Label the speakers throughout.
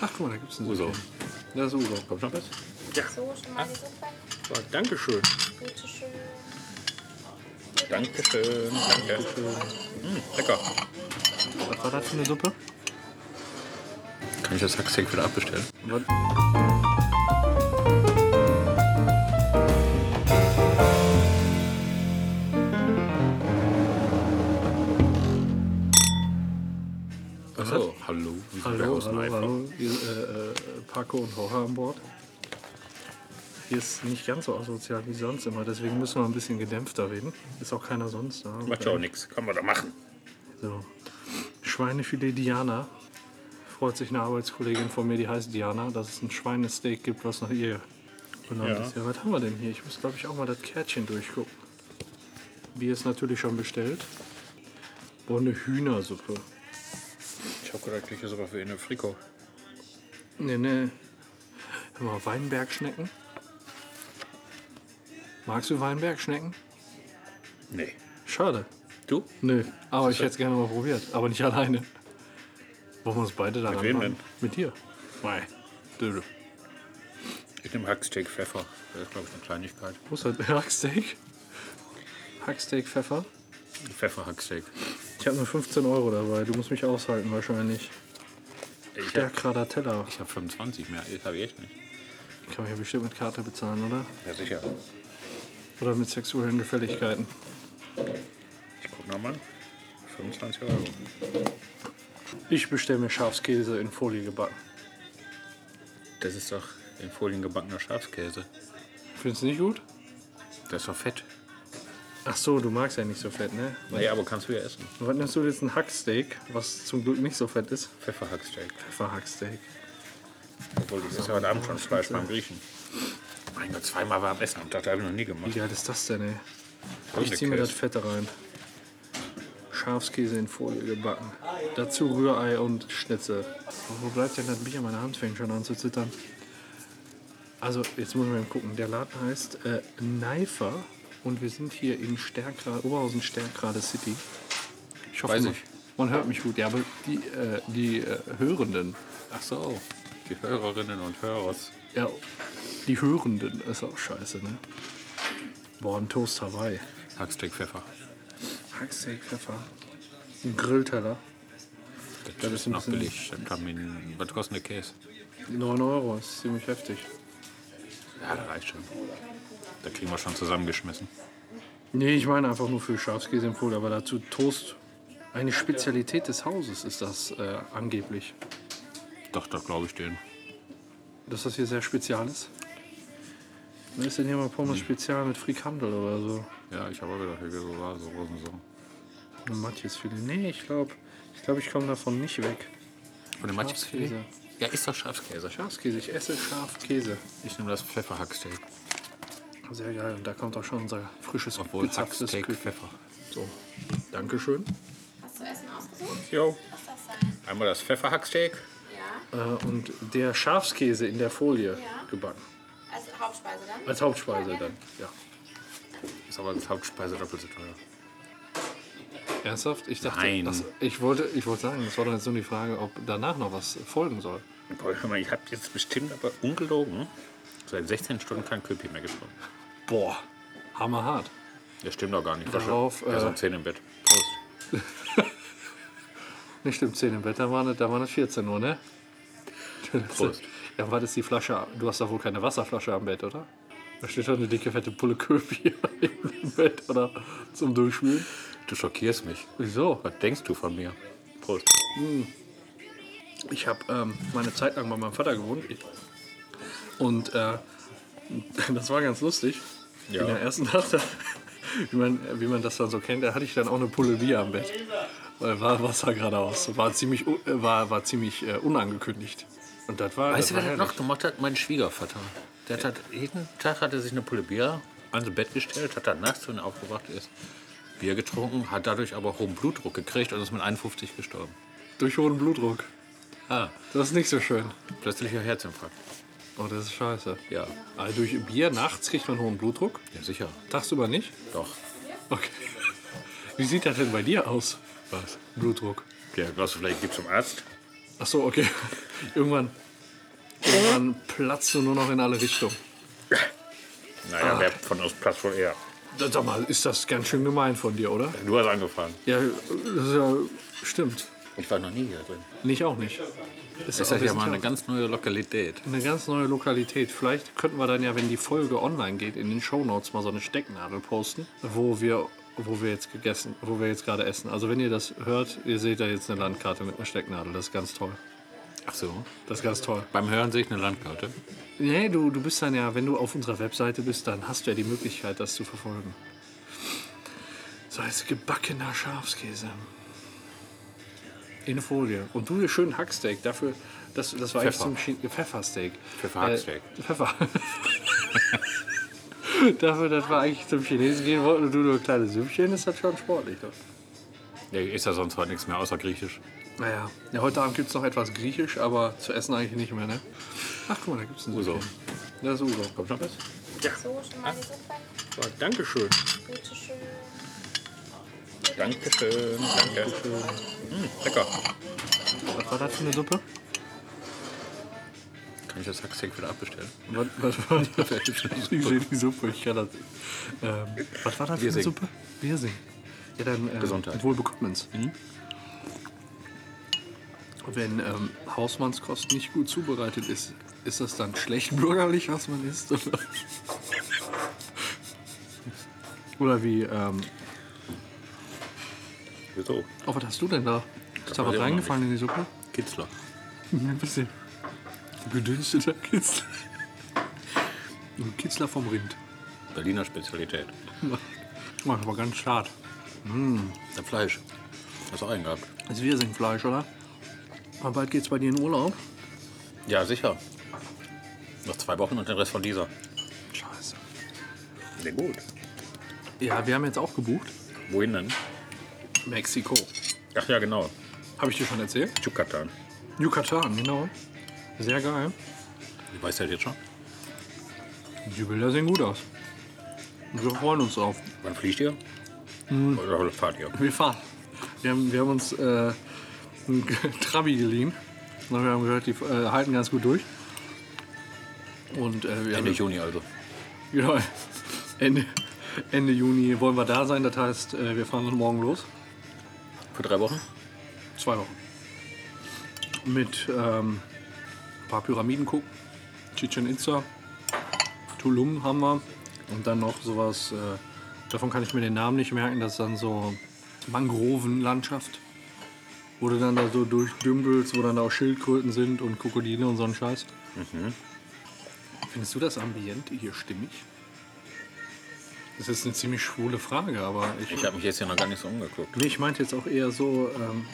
Speaker 1: Ach guck mal, da gibt's einen
Speaker 2: Uso.
Speaker 1: Süppchen. Das ist Uso.
Speaker 2: Kommt schon was?
Speaker 3: Ja,
Speaker 4: So, schon mal die Suppe.
Speaker 3: so, Dankeschön.
Speaker 4: Bitteschön.
Speaker 3: Dankeschön. Danke. Mm, lecker.
Speaker 1: Was war das für eine Suppe?
Speaker 2: Kann ich das Hacksteak wieder abbestellen?
Speaker 1: Was?
Speaker 3: Oh,
Speaker 2: Achso, hallo. wir sind bei
Speaker 1: Hallo,
Speaker 2: Haus und
Speaker 1: hallo,
Speaker 2: Eifel.
Speaker 1: hallo. Hier, äh, äh, Paco und Jorge an Bord. Hier ist nicht ganz so asozial wie sonst immer, deswegen müssen wir ein bisschen gedämpfter reden. Ist auch keiner sonst da.
Speaker 3: Macht ja auch nichts. Kann man da machen.
Speaker 1: So. Schweinefilet Diana. Freut sich eine Arbeitskollegin von mir, die heißt Diana, dass es ein Schweinesteak gibt, was nach ihr benannt
Speaker 3: Ja.
Speaker 1: ist. Ja, was haben wir denn hier? Ich muss, glaube ich, auch mal das Kärtchen durchgucken. Bier ist natürlich schon bestellt. Boah, eine Hühnersuppe.
Speaker 3: Ich habe gedacht, ich ist aber für eine Frico.
Speaker 1: Nee, nee. Hör mal, Weinbergschnecken? Magst du Weinbergschnecken?
Speaker 3: Nee.
Speaker 1: Schade.
Speaker 3: Du?
Speaker 1: Nö, aber ich hätte es gerne mal probiert. Aber nicht alleine. Wollen wir uns beide daran
Speaker 3: wem
Speaker 1: machen?
Speaker 3: denn?
Speaker 1: Mit dir. Nein. Dödel.
Speaker 3: Ich nehme Hacksteak Pfeffer. Das ist, glaube ich, eine Kleinigkeit.
Speaker 1: Wo ist das? Hacksteak? Hacksteak, Pfeffer?
Speaker 3: Pfeffer-Hacksteak.
Speaker 1: Ich habe nur 15 Euro dabei. Du musst mich aushalten wahrscheinlich.
Speaker 3: Ich habe
Speaker 1: Stärkrader Teller.
Speaker 2: Ich habe 25 mehr. Das habe ich echt nicht.
Speaker 1: Kann man ja bestimmt mit Karte bezahlen, oder?
Speaker 3: Ja, sicher.
Speaker 1: Oder mit sexuellen Gefälligkeiten.
Speaker 3: Ich guck nochmal. 25 Euro.
Speaker 1: Ich bestelle mir Schafskäse in Folie gebacken.
Speaker 2: Das ist doch in Folien gebackener Schafskäse.
Speaker 1: Findest du nicht gut?
Speaker 2: Das ist doch fett.
Speaker 1: Ach so, du magst ja nicht so fett, ne?
Speaker 3: Naja, aber kannst du ja essen.
Speaker 1: Was nimmst du jetzt ein Hacksteak, was zum Glück nicht so fett ist?
Speaker 3: Pfeffer-Hacksteak.
Speaker 1: Pfefferhacksteak.
Speaker 3: Obwohl, das ist ja heute Abend schon Fleisch beim Griechen. Mein Gott, zweimal war am Essen am Tag. Das habe ich noch nie
Speaker 1: Wie
Speaker 3: gemacht.
Speaker 1: geil ist das denn, ey?
Speaker 3: Ohne
Speaker 1: Ich ziehe mir das
Speaker 3: Käse.
Speaker 1: Fette rein. Schafskäse in Folie gebacken. Dazu Rührei und Schnitzel. Aber Wo bleibt denn das Bier? Meine Hand fängt schon an zu zittern. Also, jetzt muss man eben gucken. Der Laden heißt äh, Neifer und wir sind hier in Stärkrad, Oberhausen Stärkrade City. Ich hoffe,
Speaker 2: Weiß
Speaker 1: man,
Speaker 2: ich.
Speaker 1: man hört mich gut. Ja, aber die, äh, die äh, Hörenden,
Speaker 2: Ach so, die Hörerinnen und Hörers.
Speaker 1: ja, die Hörenden ist auch scheiße, ne? Boah, ein Toast Hawaii.
Speaker 2: Hacksteak Pfeffer.
Speaker 1: Hacksteak, Pfeffer. Ein Grillteller.
Speaker 2: Das, ist noch billig. Das kam in, was kostet der Käse?
Speaker 1: 9 Euro, ist ziemlich heftig.
Speaker 2: Ja, das reicht schon. Da kriegen wir schon zusammengeschmissen.
Speaker 1: Nee, ich meine einfach nur für Schafskäse im Pool, aber dazu Toast. Eine Spezialität des Hauses ist das äh, angeblich.
Speaker 2: Doch, das glaube ich denen.
Speaker 1: Dass das hier sehr spezial ist. Was ist denn hier mal Pommes Spezial mit Frikandel oder so?
Speaker 2: Ja, ich habe auch gedacht, hier so war so Rosensachen.
Speaker 1: Eine Matjesfilet. Nee, ich glaube, ich, glaub, ich komme davon nicht weg.
Speaker 2: Von dem
Speaker 1: Schafskäse.
Speaker 2: Ja, ist doch Schafskäse.
Speaker 1: Schafskäse, ich esse Schafkäse.
Speaker 2: Ich nehme das Pfefferhacksteak.
Speaker 1: Sehr geil, und da kommt auch schon unser frisches,
Speaker 2: Obwohl
Speaker 1: gezapftes
Speaker 2: Hacksteak
Speaker 1: Küken.
Speaker 2: Pfeffer.
Speaker 1: So, Dankeschön.
Speaker 4: Hast du Essen ausgesucht?
Speaker 3: Jo.
Speaker 4: Was das sein?
Speaker 3: Einmal das Pfefferhacksteak.
Speaker 4: Ja.
Speaker 1: Äh, und der Schafskäse in der Folie
Speaker 4: Ja.
Speaker 1: gebacken.
Speaker 4: Also Hauptspeise dann?
Speaker 1: Als Hauptspeise dann, ja.
Speaker 2: Ist aber als Hauptspeise doppelt so teuer.
Speaker 1: Ernsthaft? Ich dachte,
Speaker 2: Nein.
Speaker 1: Das, ich, wollte, ich wollte sagen, es war dann jetzt nur die Frage, ob danach noch was folgen soll.
Speaker 3: Boah, hör mal, ich habe jetzt bestimmt aber ungelogen seit 16 Stunden kein Köpi mehr getrunken.
Speaker 1: Boah, hammerhart.
Speaker 2: Das stimmt doch gar nicht.
Speaker 1: Darauf,
Speaker 2: Er ist
Speaker 1: äh,
Speaker 2: um 10 im Bett. Prost.
Speaker 1: Nicht im 10 Ne, im Bett, da waren es, da waren es 14 Uhr, ne?
Speaker 2: Prost.
Speaker 1: Ja, war das die Flasche? Du hast doch wohl keine Wasserflasche am Bett, oder? Da steht doch eine dicke, fette Pulle Köpi im Bett, oder? Zum Durchspülen.
Speaker 2: Du schockierst mich.
Speaker 1: Wieso?
Speaker 2: Was denkst du von mir? Prost.
Speaker 1: Ich habe ähm, meine Zeit lang bei meinem Vater gewohnt. Ich- Und äh, das war ganz lustig. In der ersten Nacht, da- wie man, wie man das dann so kennt, da hatte ich dann auch eine Pulle Bier am Bett. Weil war Wasser geradeaus. War ziemlich, un- äh, war, war ziemlich äh, unangekündigt. Und das war.
Speaker 2: Weißt du,
Speaker 1: das
Speaker 2: wer
Speaker 1: war
Speaker 2: das noch
Speaker 1: herrlich.
Speaker 2: gemacht hat? Mein Schwiegervater. Der hat halt, jeden Tag hat er sich eine Pulle Bier ans Bett gestellt, hat dann nachts, wenn er aufgewacht ist, Bier getrunken, hat dadurch aber hohen Blutdruck gekriegt und ist mit 51 gestorben.
Speaker 1: Durch hohen Blutdruck.
Speaker 2: Ah,
Speaker 1: Das ist nicht so schön.
Speaker 2: plötzlicher Herzinfarkt.
Speaker 1: Oh, das ist scheiße.
Speaker 2: Ja,
Speaker 1: Also durch Bier nachts kriegt man hohen Blutdruck.
Speaker 2: ja sicher.
Speaker 1: Tagsüber nicht.
Speaker 2: Doch.
Speaker 1: Okay. Wie sieht das denn bei dir aus?
Speaker 2: Was?
Speaker 1: Blutdruck.
Speaker 3: Ja, glaubst du, vielleicht gibt's zum Arzt?
Speaker 1: Ach so, okay. Irgendwann Irgendwann platzt du nur noch in alle Richtungen.
Speaker 2: Ah.
Speaker 3: Naja, wer von uns Platz wohl eher?
Speaker 1: Sag mal, ist das ganz schön gemein von dir, oder?
Speaker 3: Du hast angefangen.
Speaker 1: Ja, das ist ja stimmt.
Speaker 2: Ich war noch nie hier drin.
Speaker 1: Nicht auch nicht. Ist
Speaker 2: Das
Speaker 1: auch
Speaker 2: ist ja mal
Speaker 1: ein
Speaker 2: eine
Speaker 1: bisschen-
Speaker 2: ganz neue Lokalität.
Speaker 1: eine ganz neue Lokalität. Vielleicht könnten wir dann ja, wenn die Folge online geht, in den Shownotes mal so eine Stecknadel posten, wo wir wo wir jetzt gegessen, wo wir jetzt gerade essen. Also wenn ihr das hört, ihr seht da jetzt eine Landkarte mit einer Stecknadel. Das ist ganz toll.
Speaker 2: Ach so.
Speaker 1: Das ist ganz toll.
Speaker 2: Beim Hören sehe ich eine Landkarte.
Speaker 1: Nee, du, du bist dann ja, wenn du auf unserer Webseite bist, dann hast du ja die Möglichkeit, das zu verfolgen. So, jetzt gebackener Schafskäse. In Folie. Und du hier schön Hacksteak. Dafür, das, das war eigentlich
Speaker 2: Pfeffer.
Speaker 1: zum Schinken. Pfeffersteak.
Speaker 2: Pfefferhacksteak.
Speaker 1: Äh, Pfeffer. dafür, dass wir eigentlich zum Chinesen gehen wollten und du nur ein kleines Süppchen, ist das schon sportlich. Doch.
Speaker 2: Ja, ist ja sonst heute nichts mehr außer Griechisch.
Speaker 1: Naja, ja, heute Abend gibt es noch etwas Griechisch, aber zu essen eigentlich nicht mehr, ne? Ach, guck mal, da gibt es ein
Speaker 2: Uso.
Speaker 1: Süppchen. Das ist Uso.
Speaker 2: Kommt noch was?
Speaker 4: So, schon mal die Suppe.
Speaker 1: So, Dankeschön.
Speaker 4: Bitteschön.
Speaker 3: Dankeschön. Danke. Hm, lecker.
Speaker 1: Was war das für eine Suppe?
Speaker 2: Kann ich das Hacksteak wieder abbestellen?
Speaker 1: Was, was war das? Ich sehe die Suppe, ich kann das nicht. Ähm, was war das für eine
Speaker 2: Wirsing.
Speaker 1: Suppe? Wirsing. Ja, dann ähm,
Speaker 2: Gesundheit. Mhm.
Speaker 1: Wohlbekommens. Wenn ähm, Hausmannskost nicht gut zubereitet ist, ist das dann schlecht bürgerlich, was man isst? Oder, oder wie, ähm,
Speaker 3: Wieso?
Speaker 1: oh, was hast du denn da? Ist da was
Speaker 2: weiß ich auch noch
Speaker 1: reingefallen in die Suppe?
Speaker 2: Kitzler.
Speaker 1: Ein bisschen gedünsteter Kitzler. Ein Kitzler vom Rind.
Speaker 2: Berliner Spezialität.
Speaker 1: Oh, Das war ganz schad.
Speaker 2: Ja, Fleisch. Hast du auch einen gehabt?
Speaker 1: Das Wirsingfleisch, oder? Aber bald geht's bei dir in Urlaub.
Speaker 2: Ja, sicher. Noch zwei Wochen und den Rest von dieser.
Speaker 1: Scheiße.
Speaker 3: Sehr gut.
Speaker 1: Ja, wir haben jetzt auch gebucht.
Speaker 3: Wohin denn?
Speaker 1: Mexiko.
Speaker 3: Ach ja, genau.
Speaker 1: Habe ich dir schon erzählt?
Speaker 3: Yucatan.
Speaker 1: Yucatan, genau. Sehr geil.
Speaker 2: Ich weiß ja jetzt schon.
Speaker 1: Die Bilder sehen gut aus. Und wir freuen uns drauf.
Speaker 3: Wann fliegt ihr? Oder fahrt ihr?
Speaker 1: Wir fahren. Wir haben, wir haben uns äh, einen Trabi geliehen. Und wir haben gehört, die äh, halten ganz gut durch. Und äh, wir
Speaker 2: Ende
Speaker 1: haben,
Speaker 2: Juni also.
Speaker 1: genau, Ende, Ende Juni wollen wir da sein. Das heißt, äh, wir fahren morgen los.
Speaker 2: Für drei Wochen?
Speaker 1: Zwei Wochen. Mit ähm, ein paar Pyramiden gucken. Chichen Itza, Tulum haben wir. Und dann noch sowas, äh, davon kann ich mir den Namen nicht merken, das ist dann so Mangrovenlandschaft. Wo du dann da so durchdümpelst, wo dann auch Schildkröten sind und Krokodile und so ein Scheiß. Findest du das Ambiente hier stimmig? Das ist eine ziemlich schwule Frage, aber ich,
Speaker 2: Ich habe mich jetzt hier noch gar nicht so umgeguckt.
Speaker 1: Nee, ich meinte jetzt auch eher so, ähm,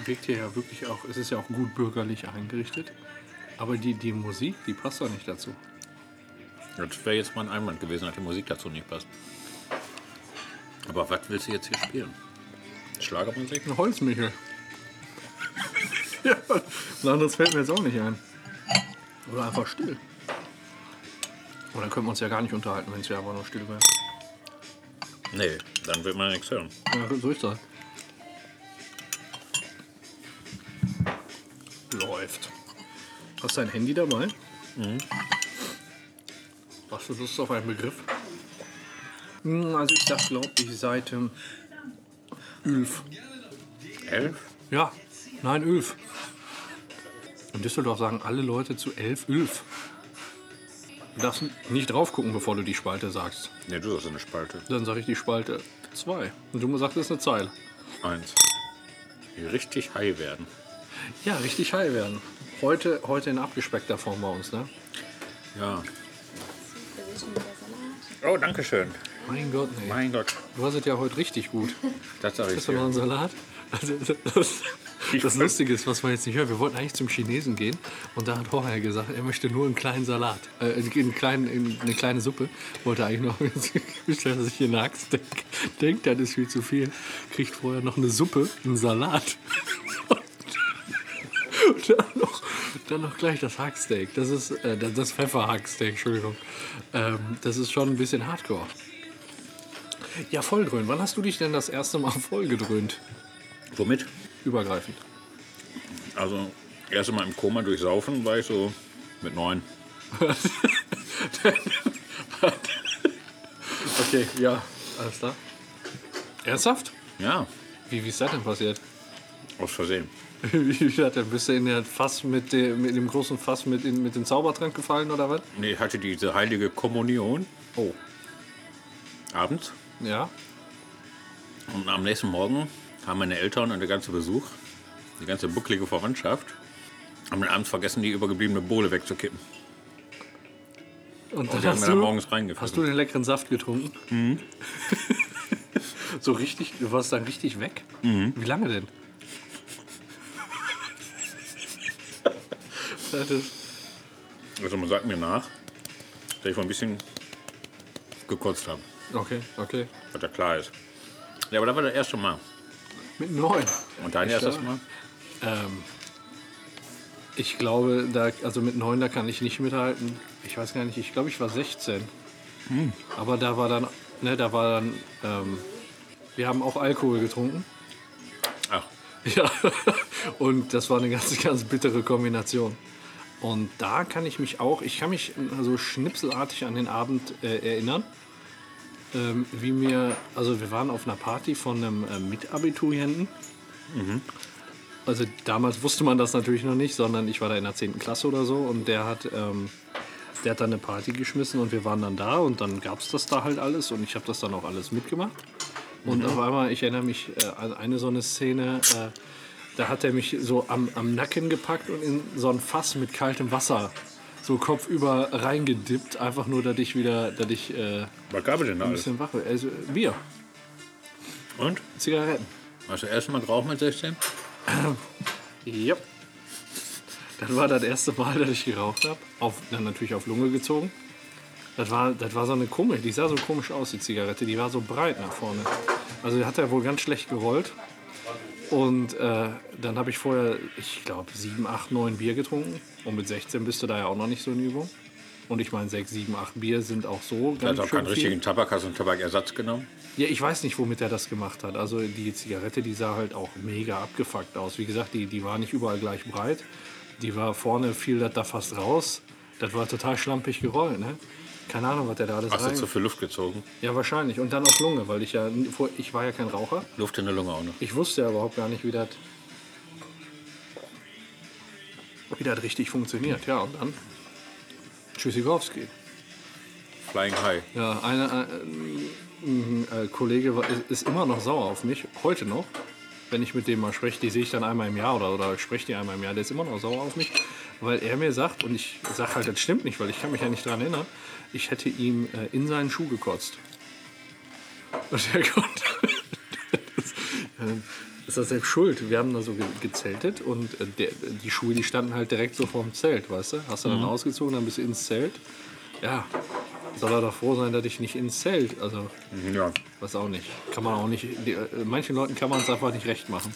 Speaker 1: er wirkt hier ja wirklich auch, es ist ja auch gut bürgerlich eingerichtet. Aber die, die Musik, die passt doch nicht dazu.
Speaker 2: Das wäre jetzt mal ein Einwand gewesen, hat die Musik dazu nicht passt. Aber was willst du jetzt hier spielen? Schlagermusik?
Speaker 1: Ein Holzmichel. ja, was anderes fällt mir jetzt auch nicht ein. Oder einfach still. Oder könnten wir uns ja gar nicht unterhalten, wenn es ja einfach nur still wäre.
Speaker 2: Nee, dann wird man nichts hören.
Speaker 1: Ja, so ist das. Läuft. Hast du dein Handy dabei? Mhm. Hast du Lust auf einen Begriff? Hm, Also ich sag, glaube ich, ähm, Seite Ulf.
Speaker 3: Elf?
Speaker 1: Ja, nein, Ulf. In Düsseldorf sagen alle Leute zu elf Ulf. Du darfst nicht drauf gucken, bevor du die Spalte sagst.
Speaker 3: Ne, du hast eine Spalte.
Speaker 1: Dann sage ich die Spalte 2. Und du sagst, das ist eine Zeile.
Speaker 3: Eins. Richtig high werden.
Speaker 1: Ja, richtig heil werden. Heute, heute in abgespeckter Form bei uns, ne?
Speaker 2: Ja.
Speaker 4: Wir sind schon wieder Salat.
Speaker 3: Oh, danke schön.
Speaker 1: Mein Gott, nee.
Speaker 3: Mein Gott.
Speaker 1: Du hast es ja heute richtig gut.
Speaker 2: Das sage ich
Speaker 1: Ist da noch
Speaker 2: dir.
Speaker 1: ein Salat? Also, das, das Lustige ist, was man jetzt nicht hört. Wir wollten eigentlich zum Chinesen gehen und da hat Jorge gesagt, er möchte nur einen kleinen Salat. Äh, einen kleinen, in- eine kleine Suppe. Wollte eigentlich noch bestellen, sich hier einen Hacksteak. Denkt, das ist viel zu viel. Kriegt vorher noch eine Suppe, einen Salat. Und dann noch, dann noch gleich das Hacksteak. Das ist äh, das- das Pfefferhacksteak, Entschuldigung. Ähm, das ist schon ein bisschen hardcore. Ja, vollgrün. Wann hast du dich denn das erste Mal vollgedröhnt?
Speaker 2: Womit?
Speaker 1: Übergreifend.
Speaker 3: Also, erst mal im Koma durchsaufen war ich so Mit neun.
Speaker 1: Okay, ja, alles klar. Ernsthaft?
Speaker 3: Ja,
Speaker 1: Wie, wie ist das denn passiert?
Speaker 3: aus Versehen.
Speaker 1: Wie, wie hat der bist du in der Fass mit dem, mit dem großen Fass mit, in, mit dem Zaubertrank gefallen oder was?
Speaker 3: Nee, ich hatte diese heilige Kommunion. Oh. Abends.
Speaker 1: Ja.
Speaker 3: Und am nächsten Morgen haben meine Eltern und der ganze Besuch, die ganze bucklige Verwandtschaft, haben dann abends vergessen, die übergebliebene Bohle wegzukippen.
Speaker 1: Und
Speaker 3: Und
Speaker 1: dann
Speaker 3: Oh, die haben
Speaker 1: hast
Speaker 3: mir dann
Speaker 1: du,
Speaker 3: morgens Mhm. reingefasst.
Speaker 1: hast du den leckeren Saft getrunken? so richtig, du warst dann richtig weg?
Speaker 3: Mhm.
Speaker 1: Wie lange denn? das ist,
Speaker 3: Also man sagt mir nach, dass ich wohl ein bisschen gekotzt habe,
Speaker 1: okay, okay.
Speaker 3: was ja klar ist. Ja, aber das war das erste Mal.
Speaker 1: Mit neun.
Speaker 3: Und dein erstes
Speaker 1: ja.
Speaker 3: Mal?
Speaker 1: Ähm, ich glaube, da, also mit 9, da kann ich nicht mithalten. Ich weiß gar nicht, ich glaube, ich war 16.
Speaker 3: Hm.
Speaker 1: Aber da war dann, ne, da war dann, ähm, wir haben auch Alkohol getrunken.
Speaker 3: Ach,
Speaker 1: Ja, und das war eine ganz, ganz bittere Kombination. Und da kann ich mich auch, ich kann mich so schnipselartig an den Abend äh, erinnern. Ähm, wie mir, also wir waren auf einer Party von einem äh, Mitabiturienten. Also damals wusste man das natürlich noch nicht, sondern ich war da in der 10. Klasse oder so und der hat, ähm, der hat dann eine Party geschmissen und wir waren dann da und dann gab es das da halt alles und ich habe das dann auch alles mitgemacht. Und auf einmal, ich erinnere mich äh, an eine so eine Szene, äh, da hat er mich so am, am Nacken gepackt und in so ein Fass mit kaltem Wasser so kopfüber reingedippt, einfach nur, dass ich wieder, dass ich äh, ein
Speaker 3: was gab es denn da alles?
Speaker 1: bisschen wach werde. Also Bier,
Speaker 3: Und?
Speaker 1: Zigaretten.
Speaker 3: Hast du das erste Mal geraucht mit 16?
Speaker 1: Yep. Das war das erste Mal, dass ich geraucht habe. Auf, dann natürlich auf Lunge gezogen. Das war, das war so eine komische, die sah so komisch aus, die Zigarette. Die war so breit nach vorne. Also die hat er wohl ganz schlecht gerollt. Und äh, dann habe ich vorher, ich glaube, sieben, acht, neun Bier getrunken. Und mit 16 bist du da ja auch noch nicht so in Übung. Und ich meine, sechs, sieben, acht Bier sind auch so ganz
Speaker 3: Also auch
Speaker 1: schön
Speaker 3: keinen
Speaker 1: viel.
Speaker 3: richtigen Tabak, hast du einen Tabakersatz genommen?
Speaker 1: Ja, ich weiß nicht, womit er das gemacht hat. Also die Zigarette, die sah halt auch mega abgefuckt aus. Wie gesagt, die, die war nicht überall gleich breit. Die war vorne, fiel das da fast raus. Das war total schlampig gerollt, ne? Keine Ahnung, was der da alles
Speaker 3: Hast du
Speaker 1: rein...
Speaker 3: zu viel Luft gezogen?
Speaker 1: Ja, wahrscheinlich. Und dann auf Lunge, weil ich ja... vor- Ich war ja kein Raucher.
Speaker 3: Luft in der Lunge auch noch.
Speaker 1: Ich wusste ja überhaupt gar nicht, wie das... Wie das richtig funktioniert. Ja, und dann... Tschüssikowski.
Speaker 3: Flying High.
Speaker 1: Ja, einer, äh, ein äh, Kollege war, ist, ist immer noch sauer auf mich, heute noch. Wenn ich mit dem mal spreche, die sehe ich dann einmal im Jahr oder, oder spreche die einmal im Jahr, der ist immer noch sauer auf mich, weil er mir sagt, und ich sage halt, das stimmt nicht, weil ich kann mich ja nicht daran erinnern, ich hätte ihm äh, in seinen Schuh gekotzt. Und er konnte. das, ähm, ist das selbst schuld? Wir haben da so ge gezeltet und äh, der, die Schuhe, die standen halt direkt so vorm Zelt, weißt du? Hast du dann ausgezogen, dann bist du ins Zelt. Ja, soll er doch froh sein, dass ich nicht ins Zelt, also
Speaker 3: Ja.
Speaker 1: was auch nicht. Kann man auch nicht, die, äh, manchen Leuten kann man es einfach nicht recht machen.